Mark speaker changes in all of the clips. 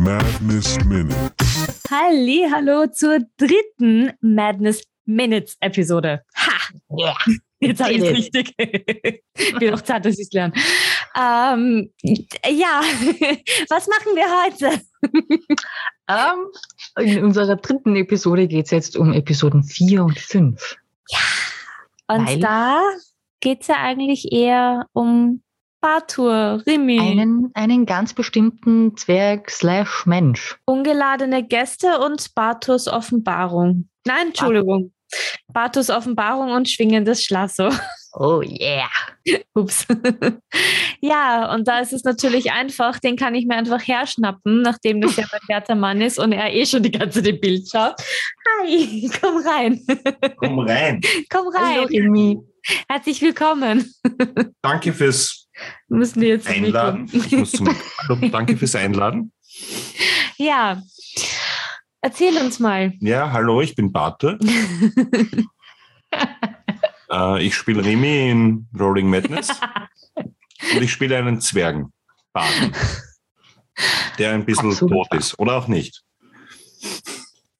Speaker 1: Madness Minutes.
Speaker 2: Halli, hallo zur dritten Madness Minutes Episode. Ha!
Speaker 3: Ja.
Speaker 2: Jetzt habe ich es
Speaker 3: Minute.
Speaker 2: richtig. Ich Bin noch zart, dass ich es lerne. Ähm, ja, was machen wir heute?
Speaker 3: Ähm, in unserer dritten Episode geht es jetzt um Episoden 4 und 5.
Speaker 2: Und
Speaker 3: Weil-
Speaker 2: da geht es ja eigentlich eher um Bartur,
Speaker 3: Mhm.
Speaker 2: Rimi,
Speaker 3: Einen, einen ganz bestimmten Zwerg slash Mensch.
Speaker 2: ungeladene Gäste und Barturs Offenbarung. Nein, Entschuldigung. Bartus Offenbarung und schwingendes Schlasso.
Speaker 3: Oh yeah.
Speaker 2: Ups. ja, und da ist es natürlich einfach, den kann ich mir einfach herschnappen, nachdem das ja mein werter Mann ist und er eh schon die ganze Zeit im Bild schaut. Hi, komm rein,
Speaker 4: Komm rein.
Speaker 2: komm
Speaker 3: Hallo,
Speaker 2: rein,
Speaker 3: Remy.
Speaker 2: herzlich willkommen.
Speaker 4: Danke fürs
Speaker 2: Müssen wir jetzt
Speaker 4: Einladen. Ich muss zum Hallo, Danke fürs Einladen.
Speaker 2: Ja, erzähl uns mal.
Speaker 4: Ja, hallo, ich bin Barte. äh, ich spiele Remy in Rolling Madness. und ich spiele einen Zwergen, Baden, der ein bisschen
Speaker 3: Absolut
Speaker 4: tot
Speaker 3: wahr.
Speaker 4: ist. Oder auch nicht.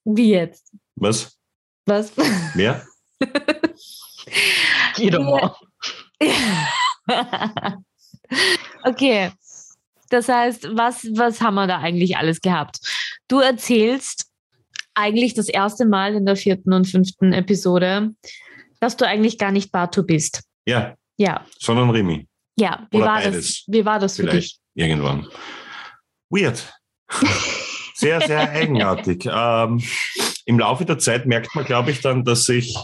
Speaker 2: Wie jetzt?
Speaker 4: Was?
Speaker 2: Was?
Speaker 4: Mehr?
Speaker 3: Geh doch mal.
Speaker 2: okay. Das heißt, was, was haben wir da eigentlich alles gehabt? Du erzählst eigentlich das erste Mal in der vierten und fünften Episode, dass du eigentlich gar nicht Bartu bist.
Speaker 4: Ja,
Speaker 2: Ja,
Speaker 4: sondern Remy.
Speaker 2: ja. Wie
Speaker 4: Oder
Speaker 2: war das?
Speaker 4: beides.
Speaker 2: Wie war das für dich?
Speaker 4: Vielleicht irgendwann. Weird. Sehr, sehr eigenartig. Ähm, Im Laufe der Zeit merkt man, glaube ich, dann, dass sich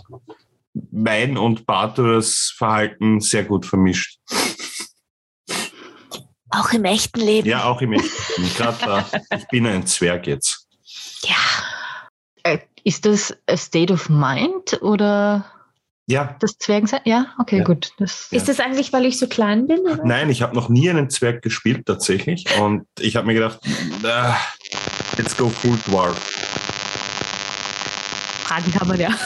Speaker 4: mein und Bartos Verhalten sehr gut vermischt.
Speaker 2: Auch im echten Leben.
Speaker 4: Ja, auch im Echten. Gerade da. Ich bin ein Zwerg jetzt.
Speaker 3: Äh, ist das a State of Mind oder
Speaker 4: Ja.
Speaker 3: das Zwergensein? Ja, okay,
Speaker 4: Ja.
Speaker 3: gut. Das,
Speaker 2: Ist das eigentlich, weil ich so klein bin? Oder?
Speaker 4: Nein, ich habe noch nie einen Zwerg gespielt tatsächlich. Und ich habe mir gedacht, ah, let's go full dwarf.
Speaker 2: Fragen kann man ja.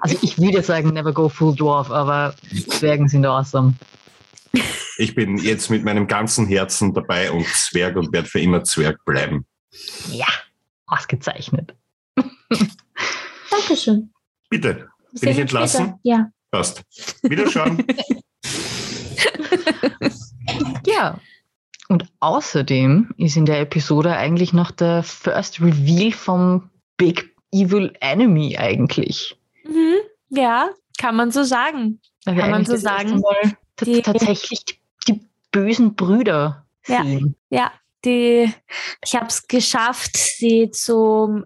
Speaker 3: also ich würde sagen, never go full dwarf, aber Zwergen sind awesome.
Speaker 4: Ich bin jetzt mit meinem ganzen Herzen dabei und Zwerg und werde für immer Zwerg bleiben.
Speaker 3: Ja, ausgezeichnet.
Speaker 2: Dankeschön.
Speaker 4: Bitte,
Speaker 2: Bis
Speaker 4: Bin ich
Speaker 2: sehen uns
Speaker 4: entlassen?
Speaker 2: später. Ja.
Speaker 4: passt. Wieder schauen.
Speaker 3: Ja. Und außerdem ist in der Episode eigentlich noch der First Reveal vom Big Evil Enemy eigentlich.
Speaker 2: Mhm. Ja, kann man so sagen.
Speaker 3: Weil wir
Speaker 2: Kann man
Speaker 3: eigentlich
Speaker 2: so
Speaker 3: das erste
Speaker 2: sagen,
Speaker 3: Mal ta-
Speaker 2: die-
Speaker 3: tatsächlich die, die bösen Brüder
Speaker 2: Ja.
Speaker 3: sehen.
Speaker 2: Ja, die, ich habe es geschafft, sie zum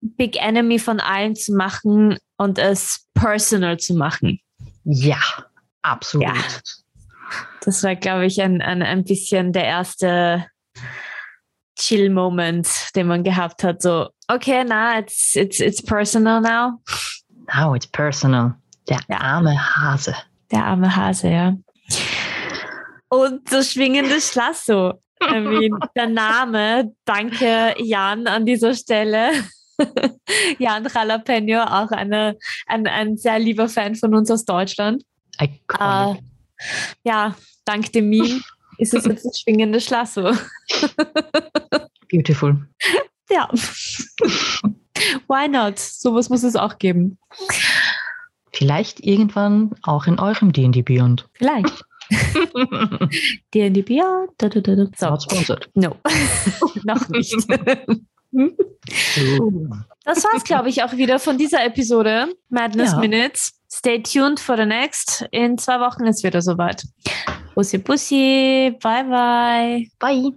Speaker 2: Big Enemy von allen zu machen und es personal zu machen.
Speaker 3: Ja, absolut.
Speaker 2: Ja. Das war, glaube ich, ein, ein, ein bisschen der erste Chill-Moment, den man gehabt hat. So, okay, na, it's, it's, it's personal now.
Speaker 3: Now it's personal. Der
Speaker 2: Ja.
Speaker 3: arme Hase.
Speaker 2: Der arme Hase, ja. Und das schwingende Schlasso. I mean, der Name, danke Jan an dieser Stelle. Jan Jalapeno, auch eine, ein, ein sehr lieber Fan von uns aus Deutschland. Ah.
Speaker 3: Iconic.
Speaker 2: Ja, dank dem Meme ist es jetzt das schwingende Schlasso.
Speaker 3: Beautiful.
Speaker 2: Ja. Why not? Sowas muss es auch geben.
Speaker 3: Vielleicht irgendwann auch in eurem D&D Beyond.
Speaker 2: Vielleicht. D&D Beyond. Da, da, da, da. So,
Speaker 3: Not sponsored.
Speaker 2: no. Noch nicht. Das war's, glaube ich, auch wieder von dieser Episode Madness
Speaker 3: Ja.
Speaker 2: Minutes. Stay tuned for the next. In zwei Wochen ist wieder soweit. Bussi, bussi. Bye, bye.
Speaker 3: Bye.